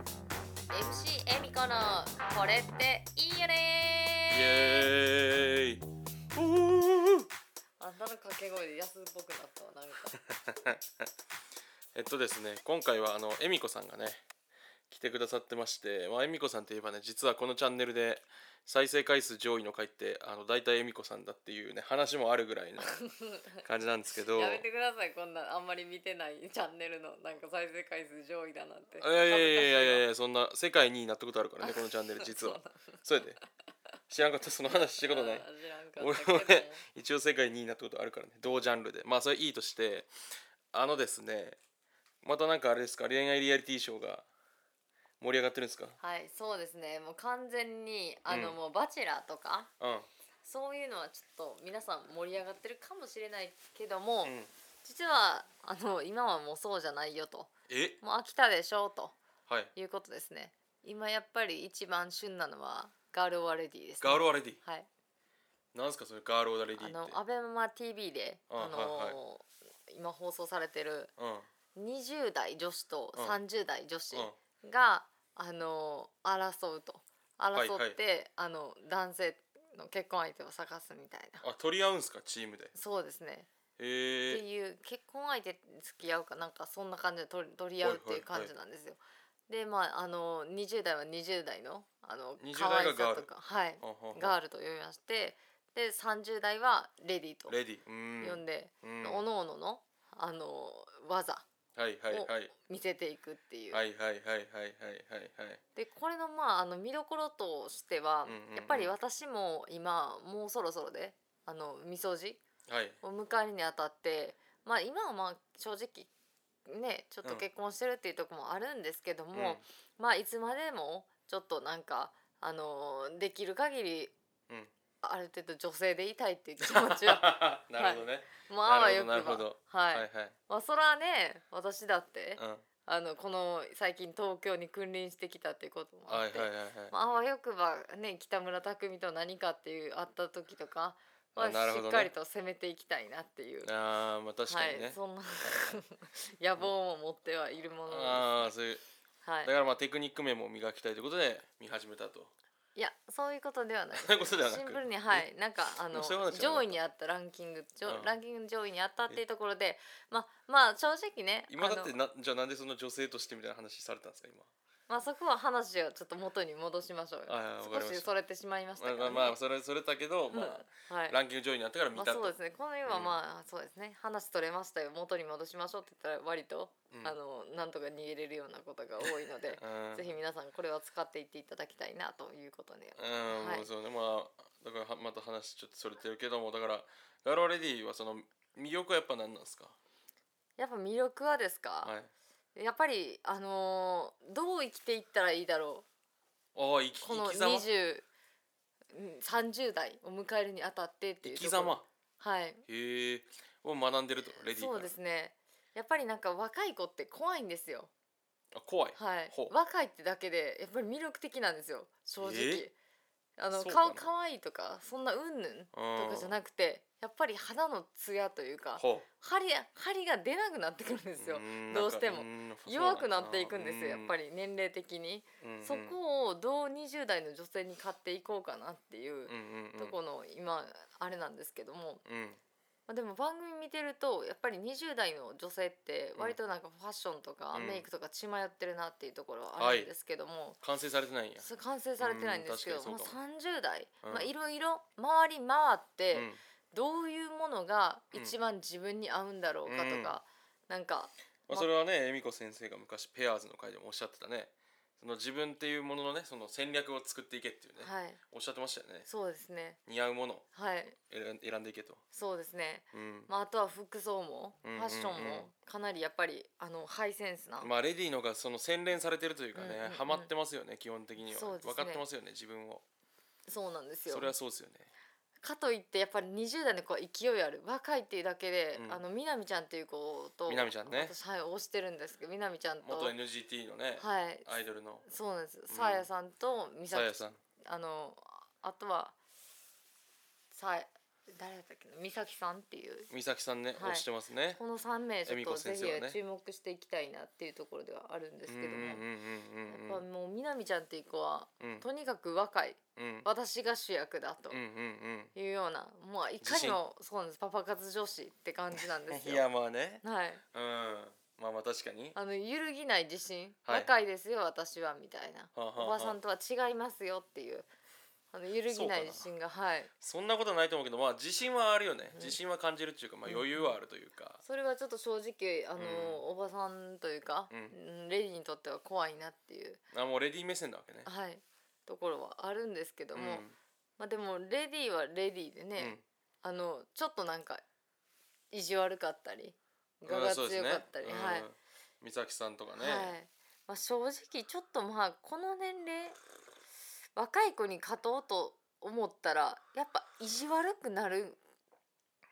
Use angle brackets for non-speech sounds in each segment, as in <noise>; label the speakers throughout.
Speaker 1: MC エミコのこれっていいよね
Speaker 2: イエーイ
Speaker 1: あ
Speaker 2: おー
Speaker 1: んなの掛け声で安っぽくなったわなんか
Speaker 2: えっとですね今回はあの恵美子さんがね来てくださってまして、まあ、恵美子さんといえばね実はこのチャンネルで再生回数上位の回ってあの大体恵美子さんだっていうね話もあるぐらい
Speaker 1: <laughs>
Speaker 2: の感じなんですけど。
Speaker 1: やめてくださいこんなあんまり見てないチャンネルのなんか再生回数上位だなんて
Speaker 2: いやいやいやいやいやいやそんな世界2位になったことあるからねこのチャンネル実はそれで知らんかったその話したことない
Speaker 1: あー知らんか
Speaker 2: 俺
Speaker 1: ったけど
Speaker 2: 俺一応世界2位になったことあるからね同ジャンルでまあそれいいとしてあのですねまたなんかあれですか恋愛リアリティショーが盛り上がってるんですか
Speaker 1: はいそうですねもう完全にあの、
Speaker 2: うん
Speaker 1: もうバチェラーとか
Speaker 2: うん
Speaker 1: そういうのはちょっと皆さん盛り上がってるかもしれないけども、
Speaker 2: うん
Speaker 1: 実はあの今はもうそうじゃないよと
Speaker 2: え
Speaker 1: もう飽きたでしょうと
Speaker 2: はい
Speaker 1: いうことですね今やっぱり一番旬なのはガールオアレディです、ね、
Speaker 2: ガールオアレディ
Speaker 1: はい
Speaker 2: なんすかそれガールオアレデ
Speaker 1: あ
Speaker 2: ィって
Speaker 1: のアベマ TV で
Speaker 2: あ
Speaker 1: あのー
Speaker 2: はい
Speaker 1: 今放送されてる
Speaker 2: うん
Speaker 1: 20代女子と
Speaker 2: うん
Speaker 1: 30代女子
Speaker 2: うん
Speaker 1: が、あのー争うと
Speaker 2: はい
Speaker 1: 争って、あの男性の結婚相手を探すみたいな
Speaker 2: あ取り合うんすかチームで
Speaker 1: そうですねっ
Speaker 2: へ
Speaker 1: て
Speaker 2: え
Speaker 1: いう結婚相手付き合うかなんかそんな感じで取り取り合うっていう
Speaker 2: はいはいはい
Speaker 1: 感じなんですよ。でまああの20代は20代のあの
Speaker 2: 20
Speaker 1: 可愛
Speaker 2: 代
Speaker 1: さ
Speaker 2: がガール
Speaker 1: とかはいガ
Speaker 2: ガ
Speaker 1: ールと呼びましてで30代はレディと
Speaker 2: レディうー
Speaker 1: 呼ん
Speaker 2: ん
Speaker 1: で、
Speaker 2: うん
Speaker 1: 各々のあの技
Speaker 2: はいはいはい
Speaker 1: 見せていくっていう。
Speaker 2: はいはいはいはいはいはいはい
Speaker 1: でこれのまああの見どころとしては、
Speaker 2: うんうんうん
Speaker 1: やっぱり私も今もうそろそろであのみそじ
Speaker 2: はい
Speaker 1: を迎えるにあたってまあ今はまあ正直ねちょっと
Speaker 2: うん
Speaker 1: 結婚してるっていうところもあるんですけども、
Speaker 2: うん
Speaker 1: まあいつまでもちょっとなんかあのーできる限り、
Speaker 2: うん
Speaker 1: ある程度女性でいたいっていう気持ちは
Speaker 2: <laughs> なるほどね、
Speaker 1: まああわよくば
Speaker 2: なるほど
Speaker 1: は、
Speaker 2: はいい、はい
Speaker 1: まあそらね私だって、
Speaker 2: うん
Speaker 1: あのこの最近東京に君臨してきたっていうこともあ
Speaker 2: はい
Speaker 1: って、
Speaker 2: はいはいはい
Speaker 1: まああわよくばね北村匠海と何かっていうあった時とか、まあ、
Speaker 2: あなる
Speaker 1: し
Speaker 2: ほどね
Speaker 1: っかりと攻めていきたいなっていう。
Speaker 2: あーまあ確かにね、
Speaker 1: はい、そんな <laughs> 野望を持ってはいるものです、
Speaker 2: ああそういう
Speaker 1: は
Speaker 2: だ
Speaker 1: い
Speaker 2: か、らまあテクニック面も磨きたいということで見始めたと
Speaker 1: いやそういうことではないです
Speaker 2: <laughs> そういうことではなく
Speaker 1: シンプルにはいなんかあの
Speaker 2: そういう話じゃなかった
Speaker 1: 上位にあったランキング上、
Speaker 2: うん
Speaker 1: ランキング上位にあったっていうところでまあまあ正直ね
Speaker 2: 今だっ
Speaker 1: あ
Speaker 2: て
Speaker 1: の
Speaker 2: なじゃあなんでその女性としてみたいな話されたんですか
Speaker 1: まあそこは話をちょっと元に戻しましょうよ
Speaker 2: ああわかりました
Speaker 1: 少しそれてしまいました
Speaker 2: 今
Speaker 1: けど、
Speaker 2: まあ
Speaker 1: ね、
Speaker 2: まあまあそれそれだけど、まあ
Speaker 1: うんはい
Speaker 2: ランキング上位になってから見
Speaker 1: まあ
Speaker 2: たと、
Speaker 1: そうですねこの今
Speaker 2: うん
Speaker 1: まあそうですね話取れましたよ元に戻しましょうって言ったら割と、
Speaker 2: うん
Speaker 1: あのなんとか逃げれるようなことが多いので
Speaker 2: うん
Speaker 1: ぜひ皆さんこれは使っていっていただきたいなということで、
Speaker 2: うん、
Speaker 1: はい
Speaker 2: もうそうねまあだからはまた話ちょっとそれてるけどもだからガロアレディはその魅力はやっぱ何なんですか
Speaker 1: やっぱ魅力はですか、
Speaker 2: はい
Speaker 1: やっぱりあのーどう生きていったらいいだろ
Speaker 2: ああ生き
Speaker 1: うこの
Speaker 2: 生き様
Speaker 1: 2030代を迎えるにあたってってい
Speaker 2: 生
Speaker 1: うと
Speaker 2: き
Speaker 1: ころ
Speaker 2: 様
Speaker 1: はい
Speaker 2: へえを学んでるとレディーから
Speaker 1: そうですねやっぱりなんか若い子って怖いんですよ
Speaker 2: あ怖い
Speaker 1: はい
Speaker 2: ほう
Speaker 1: 若いってだけでやっぱり魅力的なんですよ正直
Speaker 2: え
Speaker 1: あの
Speaker 2: そうか
Speaker 1: 顔
Speaker 2: な
Speaker 1: 可愛いとかそんなうんぬん
Speaker 2: うん
Speaker 1: とかじゃなくてやっぱり肌のツヤというか
Speaker 2: ほう
Speaker 1: 針針が出なくなってくるんですよ
Speaker 2: ん
Speaker 1: どうしても
Speaker 2: なんかうん
Speaker 1: 弱くなっていくんですよやっぱ
Speaker 2: り、
Speaker 1: り年齢的に
Speaker 2: うんうん
Speaker 1: そこをどう20代の女性に買っていこうかなっていう
Speaker 2: うんうんうん
Speaker 1: とこの今あれなんですけども、
Speaker 2: うん
Speaker 1: まあ、でも番組見てるとやっぱり20代の女性って割となんかファッションとか
Speaker 2: うん
Speaker 1: メイクとか血迷ってるなっていうところはあるんですけども、
Speaker 2: 完成されてないんや
Speaker 1: それ完成されてないんですけど
Speaker 2: うん、
Speaker 1: まあ、
Speaker 2: 確か
Speaker 1: 30代、
Speaker 2: うん
Speaker 1: まあ、いろいろ回り回って
Speaker 2: うん
Speaker 1: どういうものが一番自分に合うんだろうかとか、なんか
Speaker 2: まあ、それはね恵美子先生が昔ペアーズの回でもおっしゃってたねその自分っていうもののねその戦略を作っていけっていうね、
Speaker 1: はい
Speaker 2: おっしゃってましたよね
Speaker 1: そうですね
Speaker 2: 似合うものを
Speaker 1: はい
Speaker 2: 選ん選んでいけと、
Speaker 1: そうですね
Speaker 2: うん
Speaker 1: ま
Speaker 2: ま
Speaker 1: あ、あとは服装もフ
Speaker 2: うんうんうん
Speaker 1: ァッションもかなりやっぱりあのハイセンスな、
Speaker 2: あ、レディーのがその洗練されてるというかね、
Speaker 1: うんうんうん
Speaker 2: ハマってますよね基本的には、
Speaker 1: そうですね
Speaker 2: 分かってますよね自分を
Speaker 1: そうなんですよ
Speaker 2: それはそうですよね
Speaker 1: かといってやっぱり20代の子は勢いある若いっていうだけで、
Speaker 2: うん
Speaker 1: あのみなみちゃんっていう子と
Speaker 2: みなみちゃんね
Speaker 1: 私はい推してるんですけどみなみちゃんと
Speaker 2: 元 NGT のね、
Speaker 1: はい
Speaker 2: アイドルの
Speaker 1: そうなんです
Speaker 2: ん
Speaker 1: さあやさんとみさ
Speaker 2: さや
Speaker 1: き
Speaker 2: さん
Speaker 1: あのあとはさや誰だったっけな美咲さんっていう
Speaker 2: 美咲さんね、
Speaker 1: はい
Speaker 2: 推してますね
Speaker 1: この3名ちょ
Speaker 2: 恵
Speaker 1: っ
Speaker 2: 美
Speaker 1: と
Speaker 2: 子
Speaker 1: ぜ
Speaker 2: 先生はね
Speaker 1: ひ注目していきたいなっていうところではあるんですけども、
Speaker 2: うんうんうんうんうん
Speaker 1: やっぱもうみなみちゃんっていう子は
Speaker 2: うん
Speaker 1: とにかく若い
Speaker 2: うん
Speaker 1: 私が主役だと
Speaker 2: うんうん
Speaker 1: いうような、まあいかにもそうなんですパパ活女子って感じなんです
Speaker 2: うんい
Speaker 1: よ。
Speaker 2: やまあね
Speaker 1: はい、
Speaker 2: うんまあまあ確かに
Speaker 1: あの揺るぎない自信、
Speaker 2: はい
Speaker 1: 若いですよ私はみたいな、
Speaker 2: はあはあはあ
Speaker 1: おばさんとは違いますよっていうあの揺るぎない自信がはい
Speaker 2: そんなことないと思うけどまあ自信はあるよね
Speaker 1: うん
Speaker 2: 自信は感じるっていうかまあ
Speaker 1: うん
Speaker 2: 余裕はあるというか
Speaker 1: それはちょっと正直あの、
Speaker 2: う
Speaker 1: おばさんというか、
Speaker 2: うん
Speaker 1: うんレディにとっては怖いなっていう、
Speaker 2: あもうレディー目線なわけね
Speaker 1: はい、ところはあるんですけども、
Speaker 2: うん
Speaker 1: まあ、でもレディはレディでね、あのちょっとなんか意地悪かったり
Speaker 2: うん
Speaker 1: 我が強
Speaker 2: そうですね
Speaker 1: かったり、
Speaker 2: うん
Speaker 1: はい、
Speaker 2: 美咲さんとかね
Speaker 1: はいまあ、正直ちょっとまあこの年齢若い子に勝とうと思ったらやっぱ意地悪くなる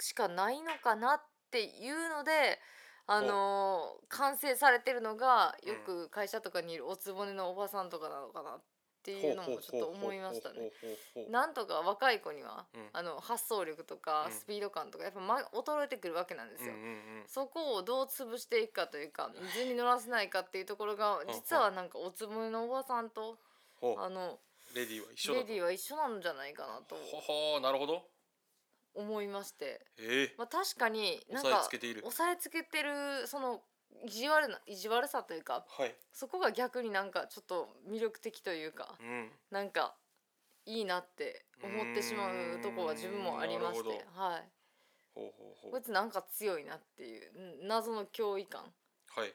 Speaker 1: しかないのかなっていうので。あのー完成されてるのがよく会社とかにいるおつぼねのおばさんとかなのかなっていうのもちょっと思いましたね。
Speaker 2: ね
Speaker 1: なんとか若い子には、
Speaker 2: うん
Speaker 1: あの発想力とか
Speaker 2: うん
Speaker 1: スピード感とかやっぱ、ま、衰えてくるわけなんですよ。そこをどう潰していくかというか水に乗らせないかっていうところが
Speaker 2: んうん
Speaker 1: 実はなんかおつぼねのおばさんとあの
Speaker 2: レディーは一緒だ
Speaker 1: レ
Speaker 2: と
Speaker 1: ディは一緒なんじゃないかなと
Speaker 2: ほほーなるほど
Speaker 1: 思いまして、
Speaker 2: ええ
Speaker 1: まあ、確かになん
Speaker 2: 押さ
Speaker 1: か
Speaker 2: えつけている
Speaker 1: 押さえつけてるその意地悪な意地悪さというか
Speaker 2: はい
Speaker 1: そこが逆になんかちょっと魅力的というか
Speaker 2: うん
Speaker 1: なんかいいなって思ってしまうところは自分もありまし
Speaker 2: うーんな
Speaker 1: て
Speaker 2: る、
Speaker 1: はい、
Speaker 2: ほうほうほ
Speaker 1: こいつなんか強いなっていうん謎の脅威感
Speaker 2: うはい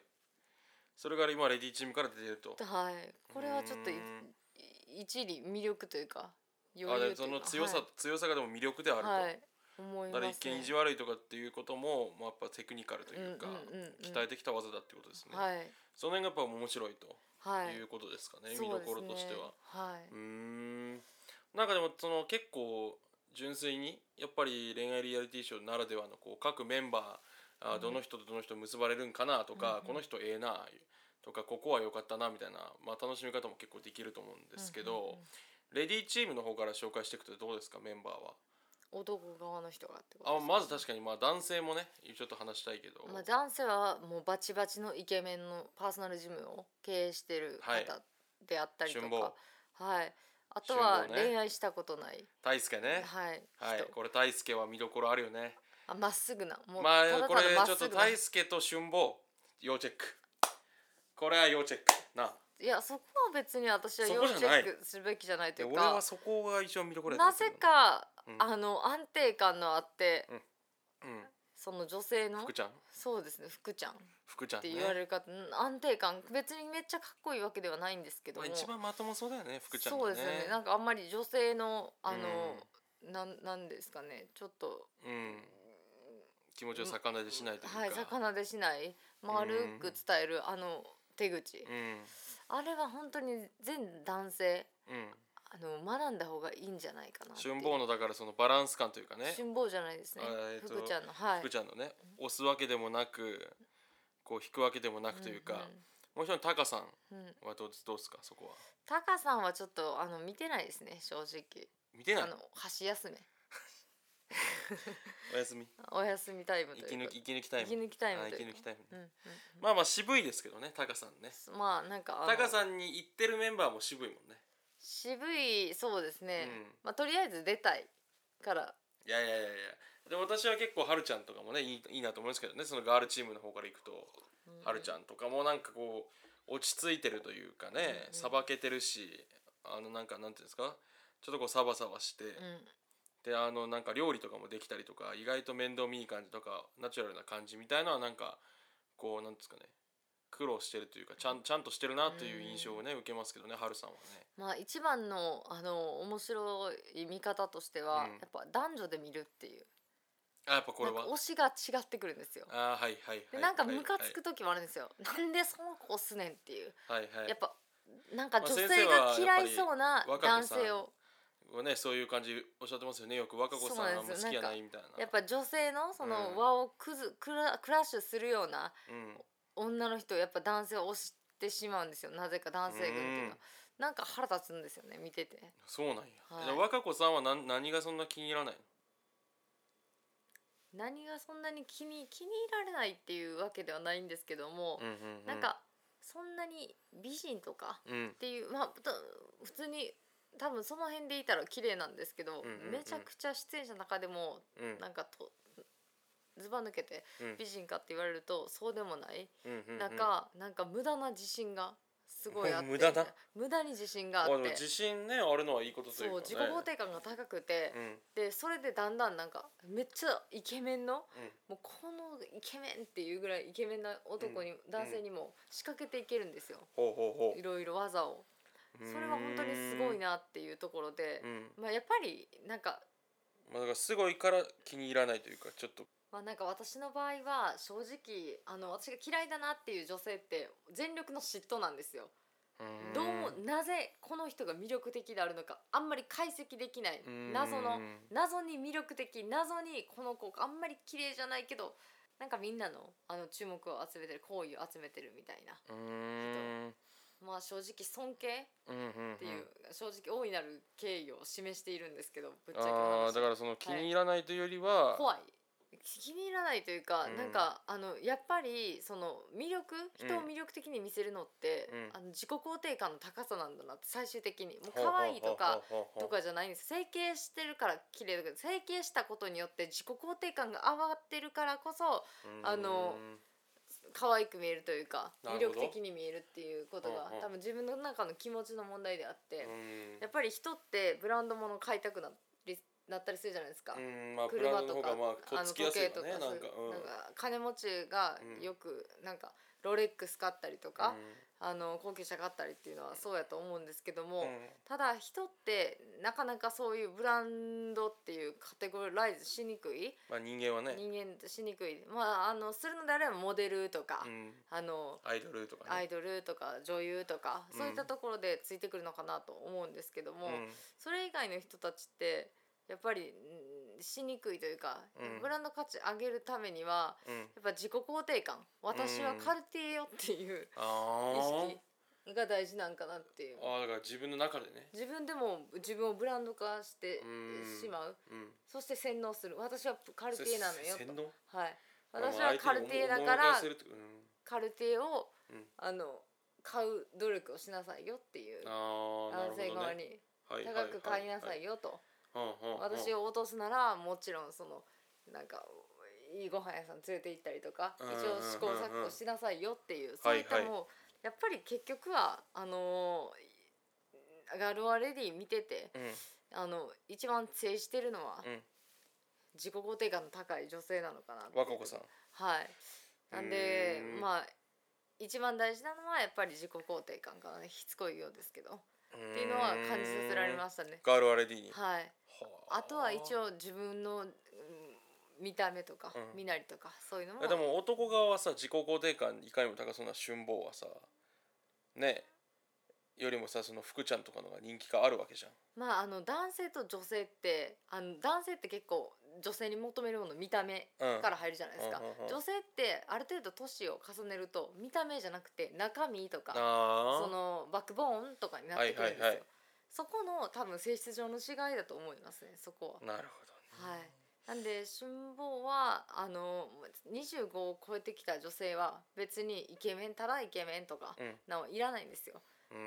Speaker 2: それから今レディーチームから出ていると
Speaker 1: はい、これはちょっという
Speaker 2: ーん
Speaker 1: 一理魅力というか余
Speaker 2: あ
Speaker 1: 裕
Speaker 2: で
Speaker 1: と
Speaker 2: そ
Speaker 1: いうか
Speaker 2: の強さ、強さがでも魅力であると、
Speaker 1: はい、はい、思い
Speaker 2: だ
Speaker 1: ます、
Speaker 2: か
Speaker 1: ね、
Speaker 2: ら一見意地悪いとかっていうことも、まあ、やっぱテクニカルというか、
Speaker 1: うんうんうんうん
Speaker 2: 鍛えてきた技だってことですね、
Speaker 1: はい
Speaker 2: その辺がやっぱ面白いと
Speaker 1: はい
Speaker 2: いうことですかね、見
Speaker 1: そ
Speaker 2: ど
Speaker 1: うです
Speaker 2: ころとしては
Speaker 1: ね、はいう
Speaker 2: ーんなんかでもその結構純粋にやっぱり恋愛リアリティショーならではのこう各メンバーあ
Speaker 1: うん
Speaker 2: どの人とどの人結ばれるんかなとか、
Speaker 1: うんうん
Speaker 2: この人ええなとかここは良かったなみたいな、まあ、楽しみ方も結構できると思うんですけ
Speaker 1: う
Speaker 2: ど、
Speaker 1: んうんうん
Speaker 2: レディーチームの方から紹介していくとどうですかメンバーは。
Speaker 1: 男側の人がってこと
Speaker 2: あまず
Speaker 1: か
Speaker 2: 確かにまあ男性もねちょっと話したいけど、
Speaker 1: まあ、男性はもうバチバチのイケメンのパーソナルジムを経営してる
Speaker 2: はい
Speaker 1: 方であったりと
Speaker 2: 春坊
Speaker 1: か、はいあとは
Speaker 2: 春坊ね
Speaker 1: 恋愛したことない、
Speaker 2: 大輔ね、
Speaker 1: はい、
Speaker 2: はい
Speaker 1: 人
Speaker 2: これ大輔は見どころあるよね
Speaker 1: あまっすぐなもう
Speaker 2: ま
Speaker 1: ただ
Speaker 2: あ
Speaker 1: た
Speaker 2: これ
Speaker 1: だまっ
Speaker 2: ちょっ
Speaker 1: す
Speaker 2: と
Speaker 1: ぐな
Speaker 2: 大輔と春坊要チェックこれは要チェックない
Speaker 1: やそこは別に私は
Speaker 2: そ
Speaker 1: 要
Speaker 2: こじ
Speaker 1: チ
Speaker 2: ゃ
Speaker 1: ェ
Speaker 2: な
Speaker 1: ッ
Speaker 2: い
Speaker 1: クすべきじゃないと
Speaker 2: で
Speaker 1: いう
Speaker 2: 俺
Speaker 1: か
Speaker 2: はそこが一応見どころやと思
Speaker 1: な
Speaker 2: ってる
Speaker 1: ぜ
Speaker 2: けど、
Speaker 1: か、
Speaker 2: うん
Speaker 1: あの安定感のあって、
Speaker 2: うん、
Speaker 1: その女性の
Speaker 2: 福ちゃん
Speaker 1: そうですね福ちゃんっ
Speaker 2: 福ちゃん
Speaker 1: て
Speaker 2: ね
Speaker 1: 言われる方、うん安定感別にめっちゃかっこいいわけではないんですけど
Speaker 2: まあ、
Speaker 1: も、
Speaker 2: 一番まともそうだよね福ちゃん
Speaker 1: そうですよねなんかあんまり女性のあの
Speaker 2: うん、
Speaker 1: なんなんですかねちょっと
Speaker 2: うん気持ちを逆なでしないというか、
Speaker 1: はい魚でしない丸く伝える、あの手口、
Speaker 2: うん
Speaker 1: あれは本当に全男性
Speaker 2: うん
Speaker 1: あの学んだ方がいいんじゃないかなっていう
Speaker 2: 春坊のだからそのバランス感というかね
Speaker 1: 春坊じゃないですね
Speaker 2: あーえっと
Speaker 1: 福ちゃんのはい
Speaker 2: 福ちゃんのね押すわけでもなくこう引くわけでもなくというか、もう一人のタカさん
Speaker 1: うんうんうん
Speaker 2: はどうですどうですかそこは
Speaker 1: タカさんはちょっとあの見てないですね正直
Speaker 2: 見てない
Speaker 1: あの箸休め
Speaker 2: お休み
Speaker 1: お休みタイムという
Speaker 2: 息抜
Speaker 1: か
Speaker 2: き息抜きタイム
Speaker 1: 息抜きタイム
Speaker 2: あ
Speaker 1: と
Speaker 2: 息
Speaker 1: い
Speaker 2: 抜
Speaker 1: う
Speaker 2: き
Speaker 1: か
Speaker 2: タイム、
Speaker 1: うんうん
Speaker 2: まあまあ渋いですけどねタカさんね
Speaker 1: うんまあなんかあの
Speaker 2: タカさんに行ってるメンバーも渋いもんね
Speaker 1: 渋いそうですね
Speaker 2: うん
Speaker 1: まあとりあえず出たいから
Speaker 2: いやいやいやいやでも私は結構はるちゃんとかもねいいいいなと思うんですけどねそのガールチームの方から行くとはるち
Speaker 1: ゃん
Speaker 2: ゃんとかもなんかこう落ち着いてるというかね
Speaker 1: うん
Speaker 2: さばけてるしあのなんかなんていうんですかちょっとこうサバサバして、
Speaker 1: うん
Speaker 2: であのなんか料理とかもできたりとか意外と面倒見いい感じとかナチュラルな感じみたいのはなんかこうなんですかね苦労してるというかちゃんちゃんとしてるなという印象をね受けますけどね春さんはね
Speaker 1: まあ一番のあの面白い見方としては
Speaker 2: うん
Speaker 1: やっぱ男女で見るっていう
Speaker 2: あやっぱこ
Speaker 1: な
Speaker 2: れ
Speaker 1: んか
Speaker 2: は
Speaker 1: 推しが違ってくるんですよ
Speaker 2: あーはいはいはい
Speaker 1: でなんか
Speaker 2: はい
Speaker 1: ムカつく時もあるんですよ <laughs> なんでその子推すねんっていう
Speaker 2: はいはい
Speaker 1: やっぱなんか
Speaker 2: まあ
Speaker 1: 女性
Speaker 2: 先生は
Speaker 1: が嫌いそうな
Speaker 2: やっぱり若
Speaker 1: 男
Speaker 2: くさ
Speaker 1: 性を
Speaker 2: こうねそういう感じおっしゃってますよねよく若子さんはあんま好きやないみたいな
Speaker 1: やっぱ女性のそ
Speaker 2: うん
Speaker 1: の輪をくずクラクラッシュするような
Speaker 2: うん
Speaker 1: 女の人をやっぱ男性を推してしまうんですよなぜか男性軍っていうの
Speaker 2: うん
Speaker 1: はなんか腹立つんですよね見てて
Speaker 2: そうなんや、
Speaker 1: はい
Speaker 2: じゃあ若子さんは何何がそんな気に入らない
Speaker 1: 何がそんなに気に気に入られないっていうわけではないんですけども、
Speaker 2: うんうんうん、
Speaker 1: なんかそんなに美人とか
Speaker 2: うん
Speaker 1: っていうまあと普通に多分その辺でいたら綺麗なんですけど、
Speaker 2: うんうんうん
Speaker 1: めちゃくちゃ出演者の中でも
Speaker 2: うん
Speaker 1: なんかとずば抜けて
Speaker 2: うん
Speaker 1: 美人かって言われるとそうでもない、
Speaker 2: うんうんうん
Speaker 1: なんかなんか無駄な自信がすごいあって
Speaker 2: <laughs> 無駄な
Speaker 1: 無駄に自信が
Speaker 2: ま
Speaker 1: あっ
Speaker 2: あで
Speaker 1: て、
Speaker 2: も自信ねあるのはいいことというか
Speaker 1: そう自己
Speaker 2: ね
Speaker 1: 肯定感が高くて、
Speaker 2: うん
Speaker 1: でそれでだんだんなんかめっちゃイケメンの
Speaker 2: うん
Speaker 1: もうこのイケメンっていうぐらいイケメンな男に、男性にも仕掛けていけるんですよ、
Speaker 2: ほうほうほ
Speaker 1: いろいろ技を
Speaker 2: う
Speaker 1: それは本当にすごいなっていうところで
Speaker 2: う、ん
Speaker 1: まあやっぱりなんか
Speaker 2: まあだからすごいから気に入らないというかちょっと
Speaker 1: まあ、なんか私の場合は正直あの私が嫌いだなっていう女性って全力の嫉妬なんですよ。
Speaker 2: ん
Speaker 1: どうもなぜこの人が魅力的であるのかあんまり解析できない
Speaker 2: うん
Speaker 1: 謎の謎に魅力的謎にこの子あんまり綺麗じゃないけどなんかみんなのあの注目を集めてる好意を集めてるみたいな
Speaker 2: うーん
Speaker 1: まあ正直尊敬
Speaker 2: うんうんん
Speaker 1: っていう、正直大いなる敬意を示しているんですけどぶっちゃけの
Speaker 2: ああ
Speaker 1: 話
Speaker 2: だからその気に入らないというよりは、
Speaker 1: 怖い気に入らないというか、
Speaker 2: うん
Speaker 1: なんかあのやっぱりその魅力
Speaker 2: うん
Speaker 1: 人を魅力的に見せるのって、
Speaker 2: うん
Speaker 1: あの自己肯定感の高さなんだなって最終的にもう
Speaker 2: ほうほうほうほう
Speaker 1: 可愛いとか
Speaker 2: ほうほう
Speaker 1: とかじゃないんです整形してるから綺麗だけど整形したことによって自己肯定感が上がってるからこそあの可愛く見えるというか
Speaker 2: な
Speaker 1: 魅
Speaker 2: るほ
Speaker 1: 力
Speaker 2: ど
Speaker 1: 的に見えるっていうことが
Speaker 2: うんうん
Speaker 1: 多分自分の中の気持ちの問題であって
Speaker 2: う、ん
Speaker 1: やっぱり人ってブランド物買いたくなりなったりするじゃないですか。
Speaker 2: うんまあブラ
Speaker 1: 車
Speaker 2: ン
Speaker 1: と
Speaker 2: ドの方
Speaker 1: か
Speaker 2: がまあと
Speaker 1: あ
Speaker 2: っ
Speaker 1: の
Speaker 2: つ
Speaker 1: 時
Speaker 2: きやすい
Speaker 1: 計
Speaker 2: よ
Speaker 1: とか
Speaker 2: ね
Speaker 1: そう
Speaker 2: なんかうん
Speaker 1: なんか金持ちが
Speaker 2: うん
Speaker 1: よくなんかロレックス買ったりとか、
Speaker 2: う
Speaker 1: あの高級車買ったりっていうのはそうやと思うんですけども、
Speaker 2: んうん
Speaker 1: ただ人ってなかなかそういうブランドっていうカテゴライズしにくい
Speaker 2: まあ人間はね
Speaker 1: 人間ってしにくいまああのするのであればモデルとか、
Speaker 2: うん
Speaker 1: あの
Speaker 2: アイドルとか
Speaker 1: ア
Speaker 2: ね
Speaker 1: イドルとか女優とか、
Speaker 2: うん
Speaker 1: そういったところでついてくるのかなと思うんですけども。
Speaker 2: うん
Speaker 1: それ以外の人たちってやっぱりんしにくいというか、
Speaker 2: うん
Speaker 1: ブランド価値上げるためには
Speaker 2: うん
Speaker 1: やっぱ自己肯定感私はカルティエよっていう意
Speaker 2: あー
Speaker 1: 識が大事なんかなっていう
Speaker 2: あーだから自分の中でね
Speaker 1: 自分でも自分をブランド化して
Speaker 2: うん
Speaker 1: しまう
Speaker 2: うん
Speaker 1: そして洗脳する私はカルティエなのよ
Speaker 2: せ洗
Speaker 1: と
Speaker 2: 脳
Speaker 1: はい私はカルティエだか
Speaker 2: まあ
Speaker 1: ら
Speaker 2: 相手に思い返せるってうん
Speaker 1: カルティエを、
Speaker 2: うん
Speaker 1: あの買う努力をしなさいよっていう
Speaker 2: ああなる
Speaker 1: 男
Speaker 2: ほ
Speaker 1: 性
Speaker 2: ど
Speaker 1: 側
Speaker 2: ね
Speaker 1: に
Speaker 2: はいはいは
Speaker 1: 高く買いなさいよと。
Speaker 2: はあはあはあ
Speaker 1: 私を落とすならもちろんそのなんかいいご飯屋さん連れて行ったりとか
Speaker 2: う
Speaker 1: 一
Speaker 2: んうんうんうん
Speaker 1: 応試行錯誤しなさいよっていうそ
Speaker 2: は
Speaker 1: う
Speaker 2: い
Speaker 1: い
Speaker 2: はい
Speaker 1: ったもうやっぱり結局はあのーガルワレディ見てて
Speaker 2: うん
Speaker 1: あの一番制してるのは
Speaker 2: うん
Speaker 1: 自己肯定感の高い女性なのかなっていう
Speaker 2: 和歌子さん
Speaker 1: はいなんで
Speaker 2: うーん
Speaker 1: まあ一番大事なのはやっぱり自己肯定感かなしつこいようですけどっていうのは感じさせられますしたね
Speaker 2: ガールアレディに
Speaker 1: はいあとは一
Speaker 2: 応
Speaker 1: 応自分の、うん見た目とか、
Speaker 2: うん
Speaker 1: 身なりとかそういうのも
Speaker 2: でも男側はさ自己肯定感いかにも高そうな春坊はさねよりもさその福ちゃんとかのが人気があるわけじゃん
Speaker 1: まああの男性と女性ってあの男性って結構女性に求めるもの見た目
Speaker 2: うん
Speaker 1: から入るじゃないですか、
Speaker 2: うんうんうん
Speaker 1: 女性ってある程度年を重ねると見た目じゃなくて中身とか
Speaker 2: あ
Speaker 1: そ
Speaker 2: ー
Speaker 1: のバックボーンとかになってくるんですよ、
Speaker 2: はいはいはい
Speaker 1: そこの多分性質上の違いだと思いますねそこは。
Speaker 2: なるほど
Speaker 1: は
Speaker 2: ね
Speaker 1: い、なんで春坊はあの25を超えてきた女性は別にイケメンたらイケメンとか
Speaker 2: うん
Speaker 1: なおいらないんですよ
Speaker 2: うー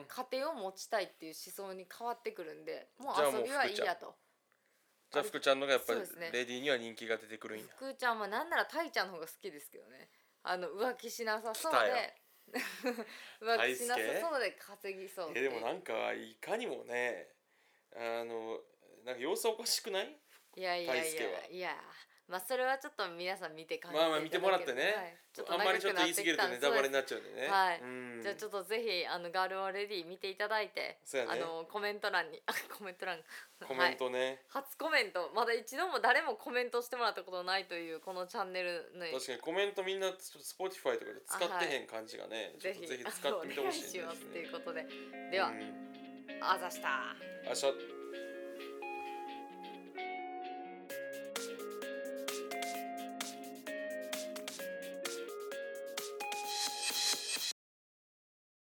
Speaker 2: ん
Speaker 1: 家庭を持ちたいっていう思想に変わってくるんでも
Speaker 2: じゃあ
Speaker 1: う
Speaker 2: もう
Speaker 1: 遊びはいいやと
Speaker 2: じゃあ福ちゃんのがやっぱり
Speaker 1: そうですね
Speaker 2: レディーには人気が出てくるんや
Speaker 1: 福ちゃんはなんならたいちゃんの方が好きですけどねあの浮気しなさそう
Speaker 2: 来たよ
Speaker 1: で <laughs> 浮気しなさ
Speaker 2: 大輔
Speaker 1: そうで稼ぎそうっ
Speaker 2: え
Speaker 1: て
Speaker 2: でもなんかいかにもねあのなんか様子おかしくない
Speaker 1: いやいやいや
Speaker 2: 大輔はい
Speaker 1: やまあそれはちょっと皆さん見て感じ
Speaker 2: まあまあ見てもらってね、
Speaker 1: ちょっと
Speaker 2: あんまりちょっと言い過ぎるとネタバレになっちゃうんでね
Speaker 1: はい
Speaker 2: うん
Speaker 1: じゃあちょっとぜひあのガールオレディ見ていただいて、
Speaker 2: そうやね
Speaker 1: あのコメント欄にあ <laughs> コメント欄
Speaker 2: コメン
Speaker 1: はい、
Speaker 2: トね、
Speaker 1: 初コメントまだ一度も誰もコメントしてもらったことないというこのチャンネルの
Speaker 2: 確かにコメントみんなちょっと Spotify とかで使ってへん感じがね、ちょっとぜひ使ってみてほしい
Speaker 1: あのお願いしますと
Speaker 2: ね
Speaker 1: いうことででは、
Speaker 2: うん
Speaker 1: あざした
Speaker 2: 明日